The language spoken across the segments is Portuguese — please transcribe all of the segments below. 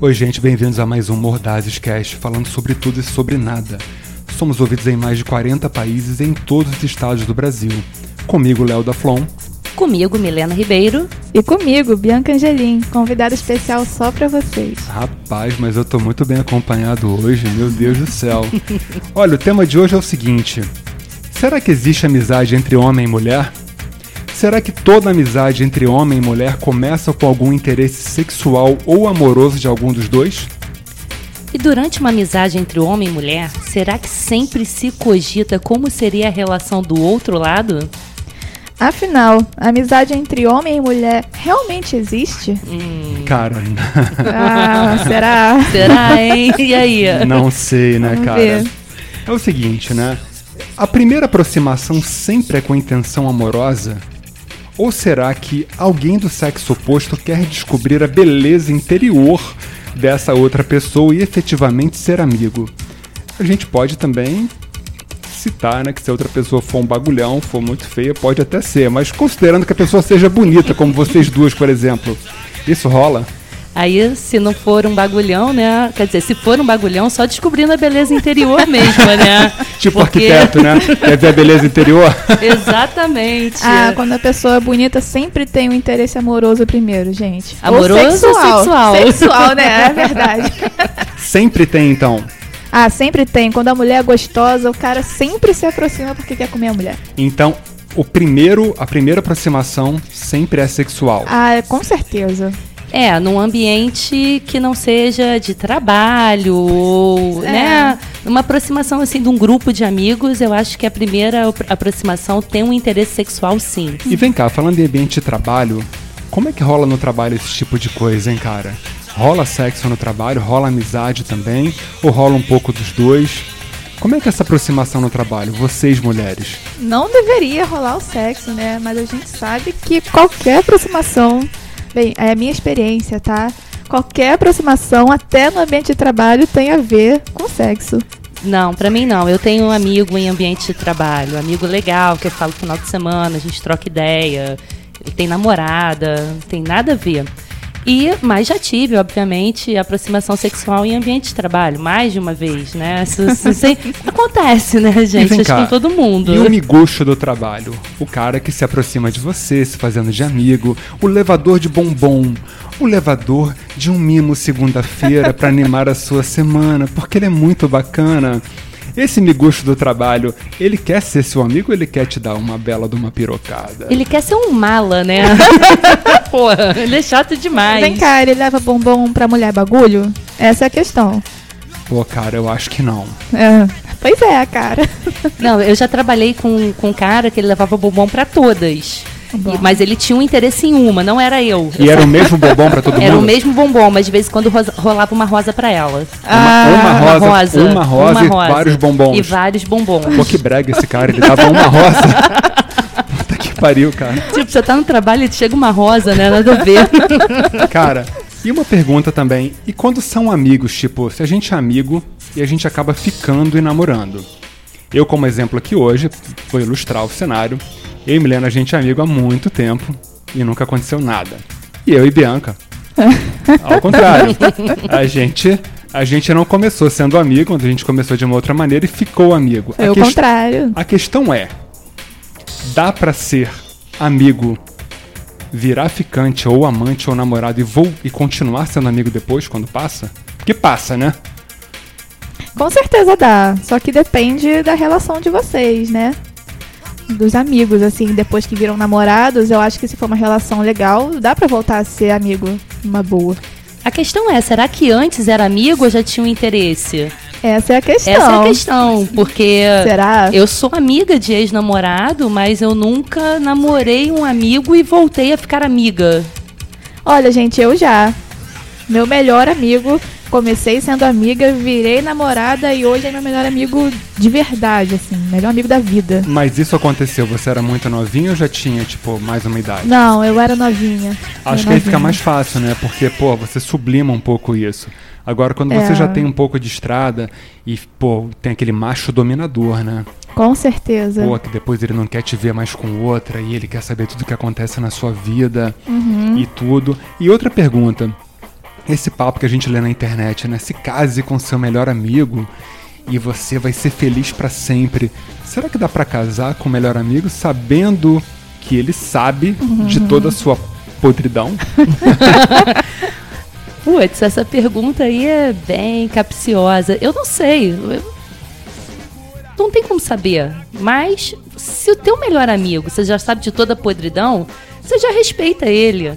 Oi, gente, bem-vindos a mais um Mordazes Cast, falando sobre tudo e sobre nada. Somos ouvidos em mais de 40 países em todos os estados do Brasil. Comigo, Léo da Flon. Comigo, Milena Ribeiro. E comigo, Bianca Angelim, convidado especial só pra vocês. Rapaz, mas eu tô muito bem acompanhado hoje, meu Deus do céu. Olha, o tema de hoje é o seguinte: será que existe amizade entre homem e mulher? Será que toda amizade entre homem e mulher começa com algum interesse sexual ou amoroso de algum dos dois? E durante uma amizade entre homem e mulher, será que sempre se cogita como seria a relação do outro lado? Afinal, a amizade entre homem e mulher realmente existe? Cara, Ah, será? Será, hein? E aí? não sei, né, Vamos cara? ver. É o seguinte, né? A primeira aproximação sempre é com intenção amorosa? Ou será que alguém do sexo oposto quer descobrir a beleza interior dessa outra pessoa e efetivamente ser amigo? A gente pode também citar, né, que se a outra pessoa for um bagulhão, for muito feia, pode até ser, mas considerando que a pessoa seja bonita, como vocês duas, por exemplo, isso rola? Aí, se não for um bagulhão, né? Quer dizer, se for um bagulhão, só descobrindo a beleza interior mesmo, né? Tipo Porque- arquiteto, né? Quer ver a beleza interior? Exatamente. Ah, quando a pessoa é bonita sempre tem um interesse amoroso primeiro, gente. Amoroso ou ou sexual? sexual? Sexual, né? É verdade. Sempre tem, então. Ah, sempre tem. Quando a mulher é gostosa, o cara sempre se aproxima porque quer comer a mulher. Então, o primeiro, a primeira aproximação sempre é sexual. Ah, com certeza. É, num ambiente que não seja de trabalho ou, É. né, uma aproximação assim de um grupo de amigos, eu acho que a primeira apro- aproximação tem um interesse sexual sim. E vem cá, falando em ambiente de trabalho, como é que rola no trabalho esse tipo de coisa, hein, cara? Rola sexo no trabalho, rola amizade também, ou rola um pouco dos dois? Como é que é essa aproximação no trabalho, vocês mulheres? Não deveria rolar o sexo, né? Mas a gente sabe que qualquer aproximação, bem, é a minha experiência, tá? Qualquer aproximação, até no ambiente de trabalho, tem a ver com sexo. Não, pra mim não. Eu tenho um amigo em ambiente de trabalho, amigo legal que eu falo final de semana, a gente troca ideia, ele tem namorada, não tem nada a ver. E, mas já tive, obviamente, aproximação sexual em ambiente de trabalho, mais de uma vez, né? Isso, isso, sem- acontece, né, E gente? vem Acho que cá, com todo mundo. E o miguxo do trabalho? O cara que se aproxima de você, se fazendo de amigo. O levador de bombom. O levador de um mimo segunda-feira pra animar a sua semana, porque ele é muito bacana. Esse miguxo do trabalho, ele quer ser seu amigo ou ele quer te dar uma bela de uma pirocada? Ele quer ser um mala, né? Porra, ele é chato demais. Vem cá, ele leva bombom pra mulher bagulho? Essa é a questão. Pô, cara, eu acho que não. É. Pois é, cara. Não, eu já trabalhei com, com um cara que ele levava bombom pra todas. Tá Bom. E- mas ele tinha um interesse em uma, não era eu. E era o mesmo bombom pra todo mundo? Era o mesmo bombom, mas de vez em quando rosa- rolava uma rosa pra ela. Uma, uma Ah, Uma rosa, uma rosa e rosa. vários bombons. E vários bombons. Pô, que brega esse cara, ele dava uma rosa. Puta que pariu, cara. Tipo, você tá no trabalho e te chega uma rosa, né? Nada a ver. Cara, e uma pergunta também. E quando são amigos, tipo, se a gente é amigo e a gente acaba ficando e namorando? Eu, como exemplo aqui hoje, vou ilustrar o cenário. Eu e Milena, a gente é amigo há muito tempo e nunca aconteceu nada. E eu e Bianca. Ao contrário. A gente. A gente não começou sendo amigo, a gente começou de uma outra maneira e ficou amigo. É a o quest- contrário. a questão é: dá pra ser amigo, virar ficante ou amante ou namorado e vou e continuar sendo amigo depois quando passa? Que passa, né? Com certeza dá. Só que depende da relação de vocês, né? Dos amigos, assim, depois que viram namorados, eu acho que se for uma relação legal, dá pra voltar a ser amigo. Uma boa. A questão é, será que antes era amigo ou já tinha um interesse? Essa é a questão. Essa é a questão, porque... Será? Eu sou amiga de ex-namorado, mas eu nunca namorei um amigo e voltei a ficar amiga. Olha, gente, eu já. Meu melhor amigo. Comecei sendo amiga, virei namorada e hoje é meu melhor amigo de verdade, assim. Melhor amigo da vida. Mas isso aconteceu, você era muito novinho ou já tinha, tipo, mais uma idade? Não, eu era novinha. Acho Eu que aí novinha. fica mais fácil, né? Porque, pô, você sublima um pouco isso. Agora, quando você É. já tem um pouco de estrada e, pô, tem aquele macho dominador, né? Com certeza. Pô, que depois ele não quer te ver mais com outra e ele quer saber tudo o que acontece na sua vida e tudo. E outra pergunta: esse papo que a gente lê na internet, né? Se case com seu melhor amigo e você vai ser feliz pra sempre. Será que dá pra casar com o melhor amigo sabendo que ele sabe de toda a sua podridão? Putz, essa pergunta aí é bem capciosa. Eu não sei. eu- Não tem como saber. Mas se o teu melhor amigo, você já sabe de toda a podridão, você já respeita ele.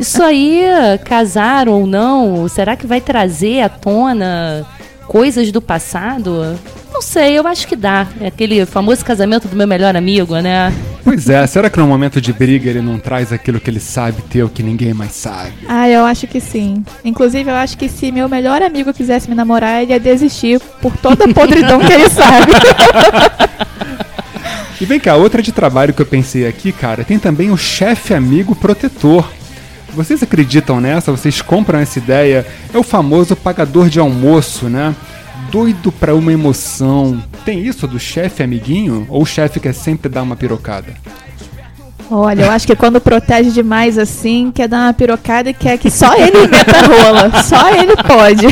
Isso aí, casar ou não, será que vai trazer à tona coisas do passado? Não sei, eu acho que dá. É aquele famoso casamento do meu melhor amigo, né? pois é, será que no momento de briga ele não traz aquilo que ele sabe ter ou que ninguém mais sabe? Ah, eu acho que sim. Inclusive, eu acho que se meu melhor amigo quisesse me namorar, ele ia desistir por toda a podridão que ele sabe. E vem cá, outra de trabalho que eu pensei aqui, cara, tem também o chefe amigo protetor. Vocês acreditam nessa? Vocês compram essa ideia? É o famoso pagador de almoço, né? Doido pra uma emoção. Tem isso do chefe amiguinho? Ou o chefe quer sempre dar uma pirocada? Olha, eu acho que quando protege demais assim, quer dar uma pirocada e quer que só ele meta a rola. Só ele pode.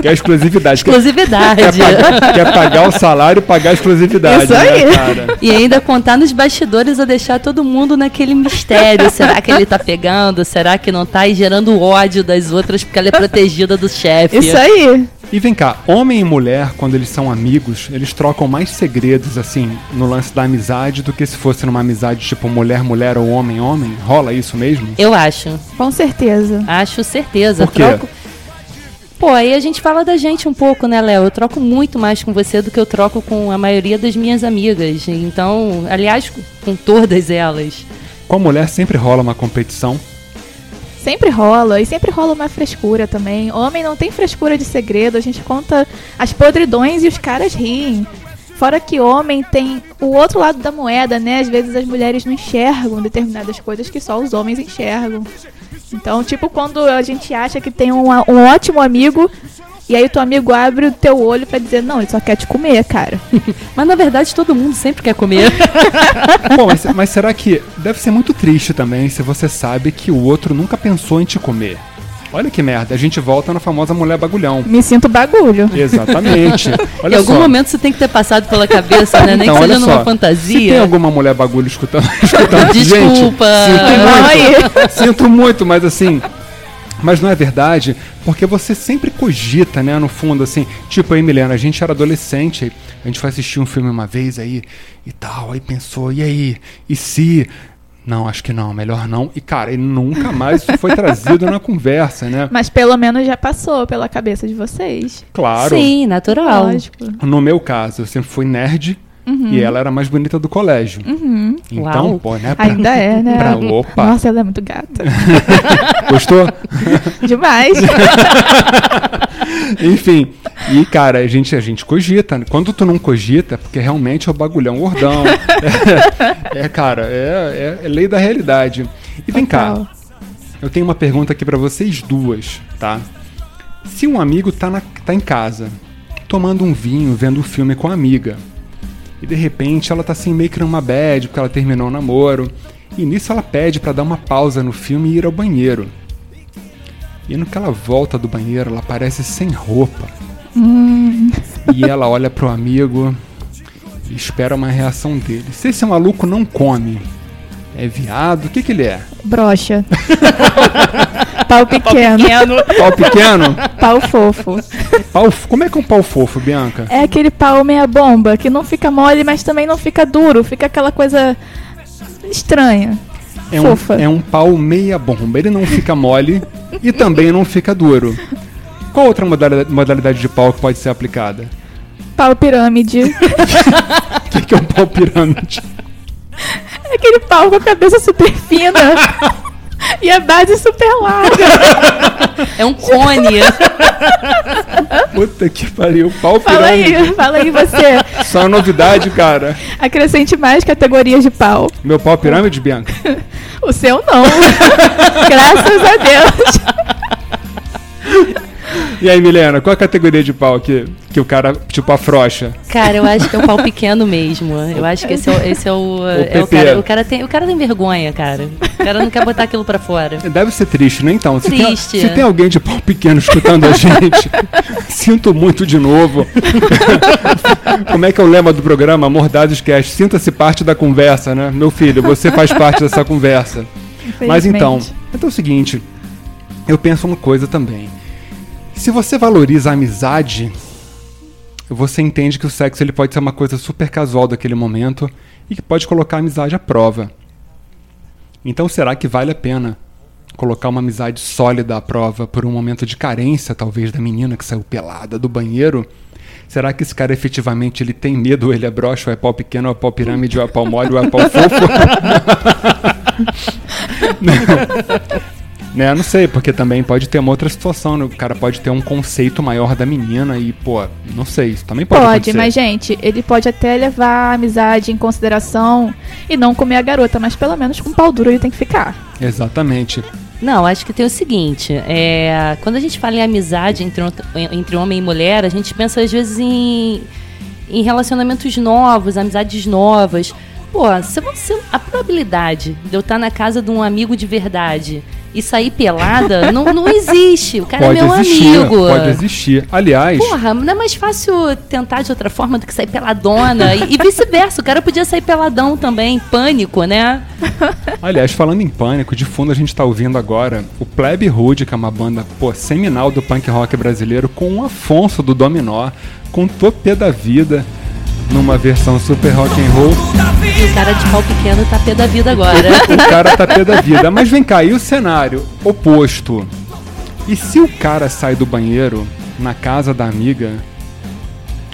Quer é exclusividade. quer, quer Exclusividade. pagar, quer pagar o salário e pagar a exclusividade. Isso né, aí. cara? E ainda contar nos bastidores a deixar todo mundo naquele mistério. Será que ele tá pegando? Será que não tá? E gerando ódio das outras porque ela é protegida do chefe. Isso é aí. E vem cá, homem e mulher, quando eles são amigos, eles trocam mais segredos, assim, no lance da amizade do que se fosse numa amizade tipo mulher-mulher ou homem-homem? Rola isso mesmo? Eu acho. Com certeza. Acho certeza. Por quê? Troco. Pô, aí a gente fala da gente um pouco, né, Léo? Eu troco muito mais com você do que eu troco com a maioria das minhas amigas. Então, aliás, com todas elas. Com a mulher sempre rola uma competição. Sempre rola, e sempre rola uma frescura também. Homem não tem frescura de segredo, a gente conta as podridões e os caras riem. Fora que homem tem o outro lado da moeda, né? Às vezes as mulheres não enxergam determinadas coisas que só os homens enxergam. Então, tipo, quando a gente acha que tem um, a- um ótimo amigo, e aí o teu amigo abre o teu olho pra dizer, não, ele só quer te comer, cara. Mas na verdade todo mundo sempre quer comer. Bom, mas, mas será que deve ser muito triste também se você sabe que o outro nunca pensou em te comer? Olha que merda, a gente volta na famosa mulher bagulhão. Me sinto bagulho. Exatamente. Olha em algum só. momento você tem que ter passado pela cabeça, né? Nem Então, que olha seja numa só, fantasia. Se tem alguma mulher bagulho escutando, escutando Desculpa. gente, Oi. sinto muito, sinto muito, mas assim, mas não é verdade, porque você sempre cogita, né, no fundo, assim, tipo, aí, Milena, a gente era adolescente, a gente foi assistir um filme uma vez aí e tal, aí pensou, e aí, e se... Não, acho que não, melhor não. E, cara, e nunca mais isso foi trazido na conversa, né? Mas pelo menos já passou pela cabeça de vocês. Claro. Sim, natural. Lógico. No meu caso, eu sempre fui nerd e ela era a mais bonita do colégio. Então, Uhum. Uau. pô, né? pra- Ainda é, né? Pra- opa. Nossa, ela é muito gata. Gostou? Demais. Enfim. E, cara, a gente, a gente cogita. né? Quando tu não cogita, porque realmente é o bagulhão gordão. é, é, cara, é, é- é lei da realidade. E vem cá, Total. eu tenho uma pergunta aqui pra vocês duas, tá? Se um amigo tá, na, tá em casa, tomando um vinho, vendo um filme com a amiga, e de repente ela tá assim meio que numa bad, porque ela terminou o namoro, e nisso ela pede pra dar uma pausa no filme e ir ao banheiro. E no que ela volta do banheiro, ela aparece sem roupa. E ela olha pro amigo e espera uma reação dele. Se esse maluco não come, é viado, o que que ele é? Brocha. pau pequeno. Pau pequeno? Pau fofo. Pau, f- como é que é um pau fofo, Bianca? É aquele pau meia bomba, que não fica mole, mas também não fica duro. Fica aquela coisa estranha. É um, fofa. é um pau meia bomba. Ele não fica mole e também não fica duro. Qual outra modalidade- modalidade de pau que pode ser aplicada? Pau pirâmide. O que, que é um pau pirâmide? É aquele pau com a cabeça super fina. E a base super larga. É um cone. Puta que pariu, pau Fala pirâmide. aí, fala aí você. Só uma novidade, cara. Acrescente mais categorias de pau. Meu pau pirâmide, Bianca? O seu não. Graças a Deus. E aí, Milena, qual a categoria de pau que, que o cara, tipo, afrocha? Cara, eu acho que é o pau pequeno mesmo. Eu acho que esse é, o- esse é o. é o PP. cara, o, cara tem, o cara tem vergonha, cara. O cara não quer botar aquilo pra fora. Deve ser triste, né? Então, se, Triste. Tem, se tem alguém de pau pequeno escutando a gente, sinto muito de novo. Como é que é o lema do programa Mordados Cast? Sinta-se parte da conversa, né? Meu filho, você faz parte dessa conversa. Mas então, então é o seguinte, eu penso uma coisa também. Se você valoriza a amizade, você entende que o sexo ele pode ser uma coisa super casual daquele momento e que pode colocar a amizade à prova. Então será que vale a pena colocar uma amizade sólida à prova por um momento de carência, talvez da menina que saiu pelada do banheiro? Será que esse cara efetivamente ele tem medo, ou ele é broxa, ou é pau pequeno, ou é pau pirâmide, ou é pau mole, ou é pau fofo? Né, não sei, porque também pode ter uma outra situação, né? O cara pode ter um conceito maior da menina e, pô, não sei, isso também pode, Pode, acontecer. mas gente, ele pode até levar a amizade em consideração e não comer a garota, mas pelo menos com pau duro ele tem que ficar. Exatamente. Não, acho que tem o seguinte: é, quando a gente fala em amizade entre, outra- entre homem e mulher, a gente pensa às vezes em, em relacionamentos novos, amizades novas. Pô, se você, a probabilidade de eu estar na casa de um amigo de verdade e sair pelada não, não existe. O cara pode é meu existir, amigo. pode existir. Aliás, Porra, não é mais fácil tentar de outra forma do que sair peladona? E, e vice-versa, o cara podia sair peladão também, pânico, né? aliás, falando em pânico, de fundo a gente tá ouvindo agora o Plebe Hood, que é uma banda, pô, seminal do punk rock brasileiro, com o Afonso do Dominó, com o Topê da Vida, numa versão super rock and roll. E o cara de pau pequeno tá pé da vida agora. O cara tá pé da vida. Mas vem cá, e o cenário oposto? E se o cara sai do banheiro na casa da amiga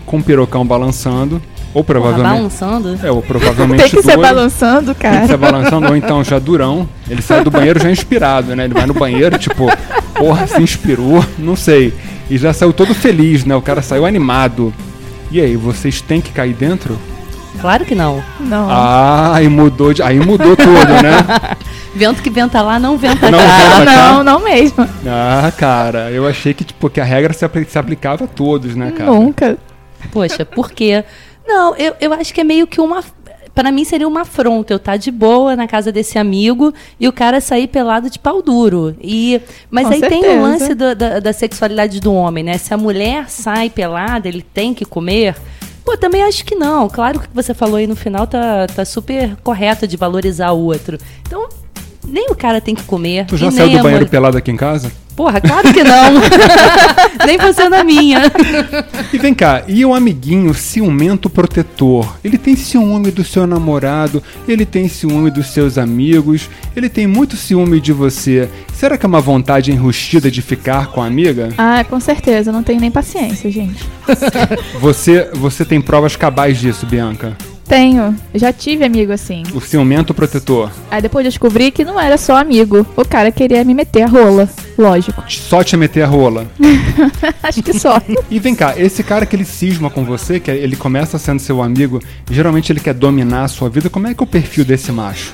com o pirocão balançando, ou Porra, provavelmente. balançando. é, ou provavelmente Tem que ser duas, balançando, Tem que cara. ser balançando, ou então já durão. Ele sai do banheiro já inspirado, né? Ele vai no banheiro, tipo, porra, se inspirou, não sei. E já saiu todo feliz, né? O cara saiu animado. E aí, vocês têm que cair dentro? Claro que não. Não. Ah, aí mudou, de, aí mudou tudo, né? Vento que venta lá, não venta Não cá. venta Ah, pra cá. não, não mesmo. Ah, cara, eu achei que, tipo, que a regra se, apli- se aplicava a todos, né, cara? Nunca. Poxa, por quê? Não, eu, eu acho que é meio que uma. Pra mim seria uma afronta eu estar de boa na casa desse amigo e o cara sair pelado de pau duro. E, mas Com aí tem o certeza. lance do- da, da sexualidade do homem, né? Se a mulher sai pelada, ele tem que comer. Pô, também acho que não. Claro que o que você falou aí no final tá, tá super correto de valorizar o outro. Então, nem o cara tem que comer. Tu já e saiu nem do a banheiro mu- pelado aqui em casa? Porra, claro que não. nem você na minha. E vem cá, e o amiguinho ciumento protetor? Ele tem ciúme do seu namorado, ele tem ciúme dos seus amigos, ele tem muito ciúme de você. Será que é uma vontade enrustida de ficar com a amiga? Ah, com certeza, não tenho nem paciência, gente. Você, você tem provas cabais disso, Bianca. Tenho. Já tive amigo assim. O ciumento protetor. Aí depois descobri que não era só amigo. O cara queria me meter a rola. Lógico. Só te meter a rola. Acho que só. E vem cá, esse cara que ele cisma com você, que ele começa sendo seu amigo, geralmente ele quer dominar a sua vida. Como é que é o perfil desse macho?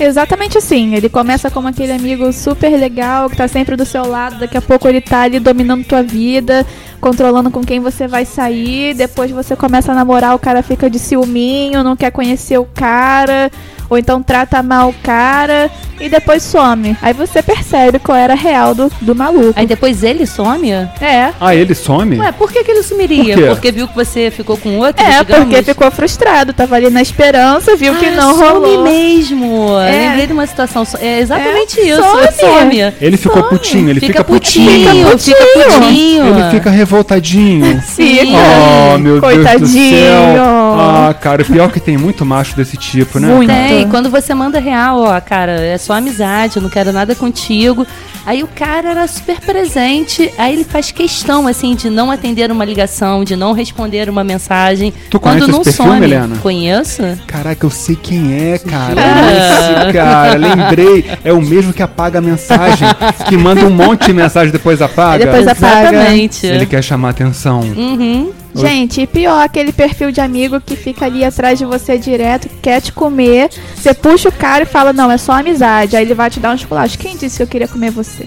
Exatamente assim. Ele começa como aquele amigo super legal que tá sempre do seu lado. Daqui a pouco ele tá ali dominando tua vida, controlando com quem você vai sair. Depois você começa a namorar, o cara fica de ciúminho, não quer conhecer o cara, ou então trata mal o cara e depois some. Aí você percebe qual era a real do, do maluco. Aí depois ele some. É. Ah, ele some? Ué, por que, que ele sumiria? Por quê? Porque viu que você ficou com outro? É, digamos? porque ficou frustrado, tava ali na esperança, viu que Ah, não some rolou. mesmo. É. Lembrei de uma situação. so- É exatamente É, isso. some. Some. ele ficou some. putinho, ele fica, Fica putinho. putinho. Fica putinho. Ele fica revoltadinho. Sim. Oh, meu Deus do Coitadinho. céu. Ah, cara, o pior é que tem muito macho desse tipo, né? Muito. Tem, quando você manda real, ó, cara, é só amizade, eu não quero nada contigo. Aí o cara era super presente, aí ele faz questão, assim, de não atender uma ligação, de não responder uma mensagem. Tu conhece quando esse não perfil, some. Helena? Conheço? Caraca, eu sei quem é, cara. Ah. Esse cara, lembrei. É o mesmo que apaga a mensagem, que manda um monte de mensagem depois apaga. Depois apaga. Hum. Exatamente. Ele quer chamar atenção. Uhum. Gente, e pior, aquele perfil de amigo que fica ali atrás de você direto, que quer te comer. Você puxa o cara e fala, não, é só amizade. Aí ele vai te dar um esculacho. Quem disse que eu queria comer você?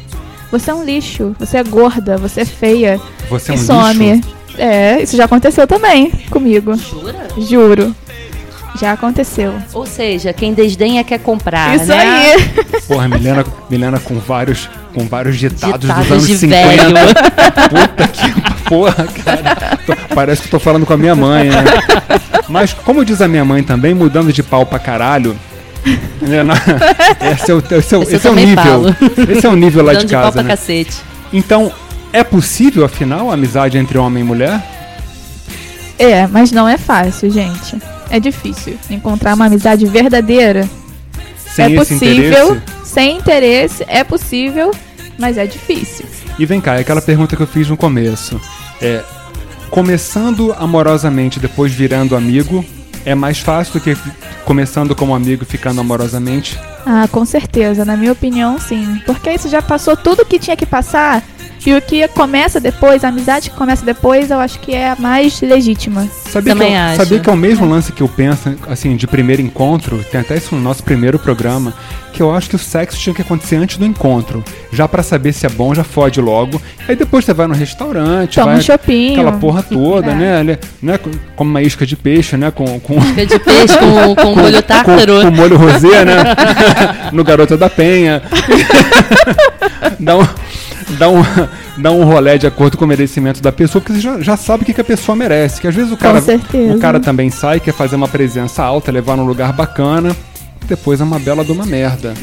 Você é um lixo, você é gorda, você é feia. Você é e um some. lixo. É, isso já aconteceu também comigo. Jura? Juro. Já aconteceu. Ou seja, quem desdenha quer Ah, comprar, isso né? aí. Porra, Milena, Milena com vários, com vários ditados, Ditados dos anos de 50. velho. Puta que porra, cara. Tô- parece que eu tô falando com a minha mãe, né? Mas, como diz a minha mãe também, mudando de pau pra caralho. né, na- Esse é o, esse é o- Esse eu esse é o também nível. falo. Esse é o nível lá Dando de de pau casa. pra né? cacete. Então, é possível, afinal, a amizade entre homem e mulher? É, mas não é fácil, gente. É difícil encontrar uma amizade verdadeira. Sem é esse possível, interesse? sem interesse, é possível, mas é difícil. E vem cá, é aquela pergunta que eu fiz no começo. É, começando amorosamente, depois virando amigo, é mais fácil do que fi- começando como amigo e ficando amorosamente? Ah, com certeza, na minha opinião, sim. Porque isso já passou tudo que tinha que passar. E o que começa depois, a amizade que começa depois, eu acho que é a mais legítima. Sabia Também que é, o- acho. Sabia que é o mesmo lance que eu penso, assim, de primeiro encontro, tem até isso no nosso primeiro programa, que eu acho que o sexo tinha que acontecer antes do encontro. Já pra saber se é bom, já fode logo. Aí depois você vai no restaurante, Toma vai... um chopinho. Aquela porra toda, É. né? né? Não é co- como uma isca de peixe, né? Com, com, Fica de peixe com, com molho Com, com tártaro. molho rosé, né? no Garota da Penha. dá, um, dá, um, dá um rolé de acordo com o merecimento da pessoa, porque você já, já sabe o que, que a pessoa merece. Que às vezes o cara, certeza. o cara também sai, quer fazer uma presença alta, levar num lugar bacana. Depois é uma bela de uma merda.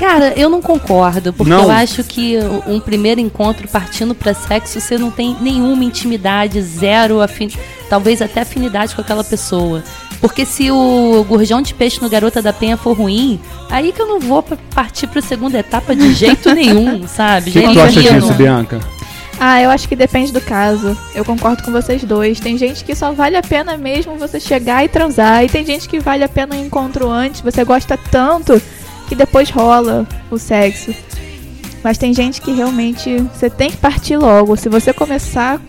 Cara, eu não concordo, porque Não. eu acho que um primeiro encontro partindo pra sexo, você não tem nenhuma intimidade, zero afin... talvez até afinidade com aquela pessoa. Porque se o gorjão de peixe no Garota da Penha for ruim, aí que eu não vou pra- partir pra segunda etapa de jeito nenhum, sabe? O que, que tu Geria acha disso, não. Bianca? Ah, eu acho que depende do caso. Eu concordo com vocês dois. Tem gente que só vale a pena mesmo você chegar e transar. E tem gente que vale a pena um encontro antes. Você gosta tanto que depois rola o sexo. Mas tem gente que realmente você tem que partir logo. Se você começar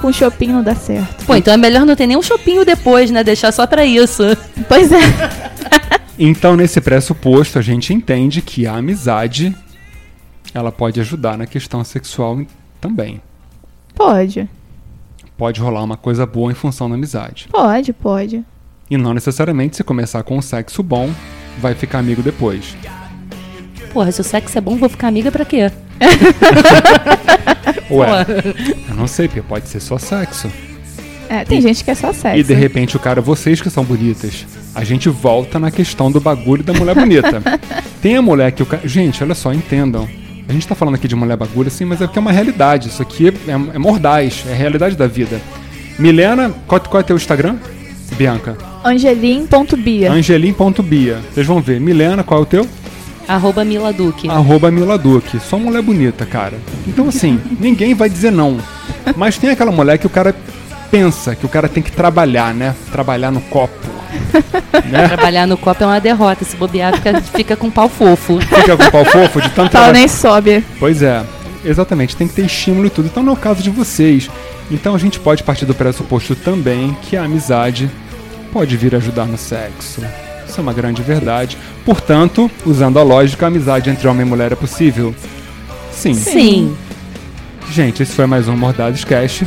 com o shopping não dá certo. Pô, então é melhor não ter nenhum chopinho depois, né? Deixar só pra isso. Pois é. Então, nesse pressuposto, a gente entende que a amizade ela pode ajudar na questão sexual também. Pode. Pode rolar uma coisa boa em função da amizade. Pode, pode. E não necessariamente se começar com um sexo bom, vai ficar amigo depois. Porra, se o sexo é bom, vou ficar amiga pra quê? Ué, é? eu não sei, porque pode ser só sexo. É, tem gente que é só sexo. E de repente o cara, vocês que são bonitas, a gente volta na questão do bagulho da mulher bonita. Tem a mulher que o cara. Gente, olha só, entendam. A gente tá falando aqui de mulher bagulho assim, mas é porque é uma realidade. Isso aqui é, é mordaz, é a realidade da vida. Milena, qual, qual é teu Instagram? Bianca. Angelim.bia. Angelim.bia. Vocês vão ver. Milena, qual é o teu? Arroba Mila Duque. Arroba Mila Duque. Só mulher bonita, cara. Então, assim, ninguém vai dizer não. Mas tem aquela mulher que o cara pensa que o cara tem que trabalhar, né? Trabalhar no copo. Né? Trabalhar no copo é uma derrota. Se bobear, fica, fica com um pau fofo. Fica com o pau fofo de tanto trabalho. Fala, né? nem sobe. Pois é, exatamente. Tem que ter estímulo e tudo. Então, não é o caso de vocês. Então, a gente pode partir do pressuposto também que a amizade pode vir ajudar no sexo. Isso é uma grande verdade. Portanto, usando a lógica, a amizade entre homem e mulher é possível? Sim. Sim. Gente, esse foi mais um Mordados Cast.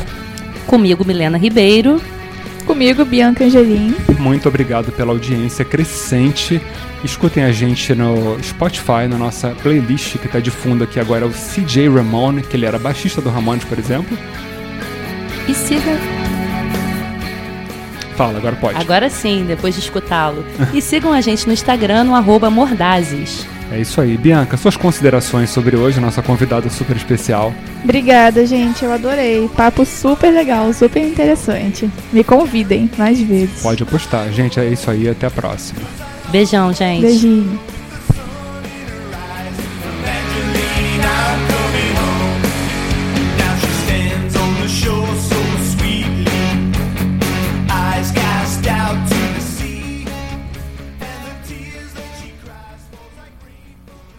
Comigo, Milena Ribeiro. Comigo, Bianca Angelim. Muito obrigado pela audiência crescente. Escutem a gente no Spotify, na nossa playlist que tá de fundo aqui agora, é o CJ Ramone, que ele era baixista do Ramones, por exemplo. E siga. Fala, agora pode. Agora sim, depois de escutá-lo. E sigam a gente no Instagram, no arroba Mordazes. É isso aí. Bianca, suas considerações sobre hoje, nossa convidada super especial. Obrigada, gente. Eu adorei. Papo super legal, super interessante. Me convidem mais vezes. Pode apostar. Gente, é isso aí. Até a próxima. Beijão, gente. Beijinho.